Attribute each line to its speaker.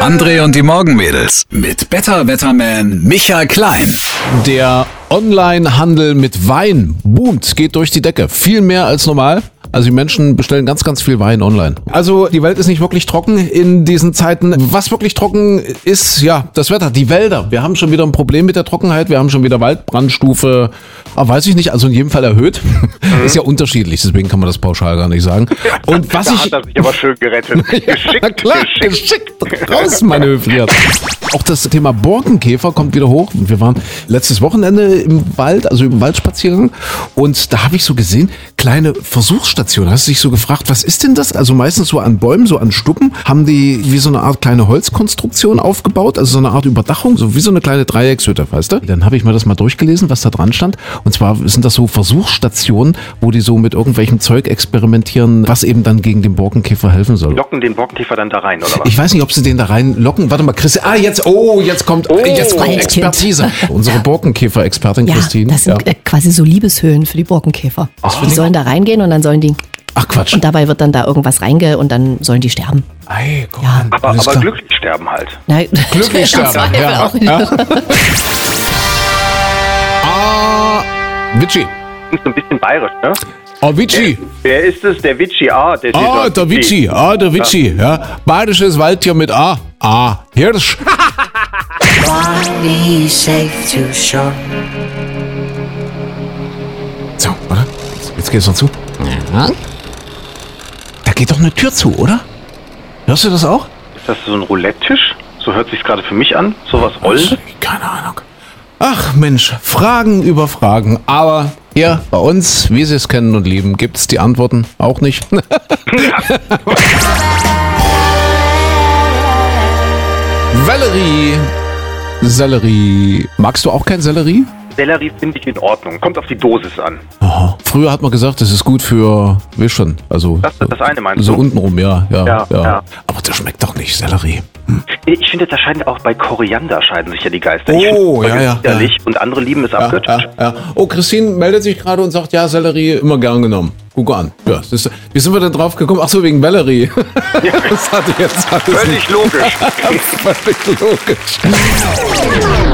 Speaker 1: André und die Morgenmädels mit Better Wetterman Micha Klein.
Speaker 2: Der Online-Handel mit Wein boomt, geht durch die Decke. Viel mehr als normal. Also die Menschen bestellen ganz, ganz viel Wein online. Also die Welt ist nicht wirklich trocken in diesen Zeiten. Was wirklich trocken ist, ja, das Wetter, die Wälder. Wir haben schon wieder ein Problem mit der Trockenheit. Wir haben schon wieder Waldbrandstufe, ah, weiß ich nicht, also in jedem Fall erhöht. Ist ja unterschiedlich, deswegen kann man das pauschal gar nicht sagen. Und was
Speaker 3: da
Speaker 2: ich...
Speaker 3: hat er sich aber schön gerettet. geschickt,
Speaker 2: Na klar,
Speaker 3: geschickt.
Speaker 2: geschickt rausmanövriert. Auch das Thema Borkenkäfer kommt wieder hoch. Wir waren letztes Wochenende im Wald, also im Waldspaziergang, und da habe ich so gesehen, kleine Versuchsstationen. Hast du dich so gefragt, was ist denn das? Also meistens so an Bäumen, so an Stuppen, haben die wie so eine Art kleine Holzkonstruktion aufgebaut, also so eine Art Überdachung, so wie so eine kleine Dreieckshütte, weißt du? Dann habe ich mir das mal durchgelesen, was da dran stand. Und zwar sind das so Versuchsstationen, wo die so mit irgendwelchem Zeug experimentieren, was eben dann gegen den Borkenkäfer helfen soll.
Speaker 3: Locken den Borkenkäfer dann da rein, oder was?
Speaker 2: Ich weiß nicht, ob sie den da reinlocken. Warte mal, Chris. Ah, jetzt, oh, jetzt kommt, jetzt kommt
Speaker 4: Waldkind.
Speaker 2: Expertise. Unsere Borkenkäfer-Expertin
Speaker 4: Ja,
Speaker 2: Christine.
Speaker 4: das sind äh, quasi so Liebeshöhlen für die Borkenkäfer. die sollen da reingehen und dann sollen die.
Speaker 2: Ach Quatsch.
Speaker 4: Und dabei wird dann da irgendwas reinge und dann sollen die sterben.
Speaker 2: Ei, guck
Speaker 4: Ja.
Speaker 2: an.
Speaker 3: Aber,
Speaker 2: Alles
Speaker 3: aber
Speaker 2: klar.
Speaker 3: glücklich sterben halt.
Speaker 4: Na,
Speaker 2: Glücklich
Speaker 4: im
Speaker 2: sterben.
Speaker 4: Zweifel
Speaker 2: Ja.
Speaker 4: auch nicht.
Speaker 2: Ah, Vici.
Speaker 3: Ist so ein bisschen bayerisch, ne?
Speaker 2: Oh, Vici.
Speaker 3: Wer ist es? Der Vici. Ah, der steht
Speaker 2: Ah,
Speaker 3: dort.
Speaker 2: der Vici. Ah, der Vici. Ja. Bayerisches Waldtier mit A. Ah, Hirsch.
Speaker 5: be safe to shore.
Speaker 2: So, oder? Jetzt geht's noch zu. Ja. Da geht doch eine Tür zu, oder? Hörst du das auch?
Speaker 3: Ist das so ein Roulette-Tisch? So hört sich gerade für mich an. Sowas rollen.
Speaker 2: Keine Ahnung. Ach Mensch, Fragen über Fragen. Aber hier bei uns, wie Sie es kennen und lieben, gibt es die Antworten auch nicht. Valerie, Sellerie. Magst du auch kein Sellerie?
Speaker 3: Sellerie finde ich in Ordnung. Kommt auf die Dosis an.
Speaker 2: Aha. Früher hat man gesagt, das ist gut für Wischen. Also
Speaker 3: Das- das eine meinst
Speaker 2: so
Speaker 3: du?
Speaker 2: untenrum, ja ja, ja,
Speaker 3: Ja, ja.
Speaker 2: Aber das schmeckt doch nicht, Sellerie.
Speaker 3: Ich finde, da scheiden auch bei Koriander scheiden sich ja die Geister. ich
Speaker 2: Oh,
Speaker 3: finde,
Speaker 2: ja, ja,
Speaker 3: widerlich Und andere lieben es
Speaker 2: Ja,
Speaker 3: abgöttisch.
Speaker 2: ja, ja. Ah, Oh, Christine meldet sich gerade und sagt, ja, Sellerie immer gern genommen. Guck an. Ja, das ist, wie sind wir denn drauf gekommen? Ach so, wegen Valerie. das hatte ich jetzt alles
Speaker 3: Völlig logisch.
Speaker 2: nicht. Völlig logisch.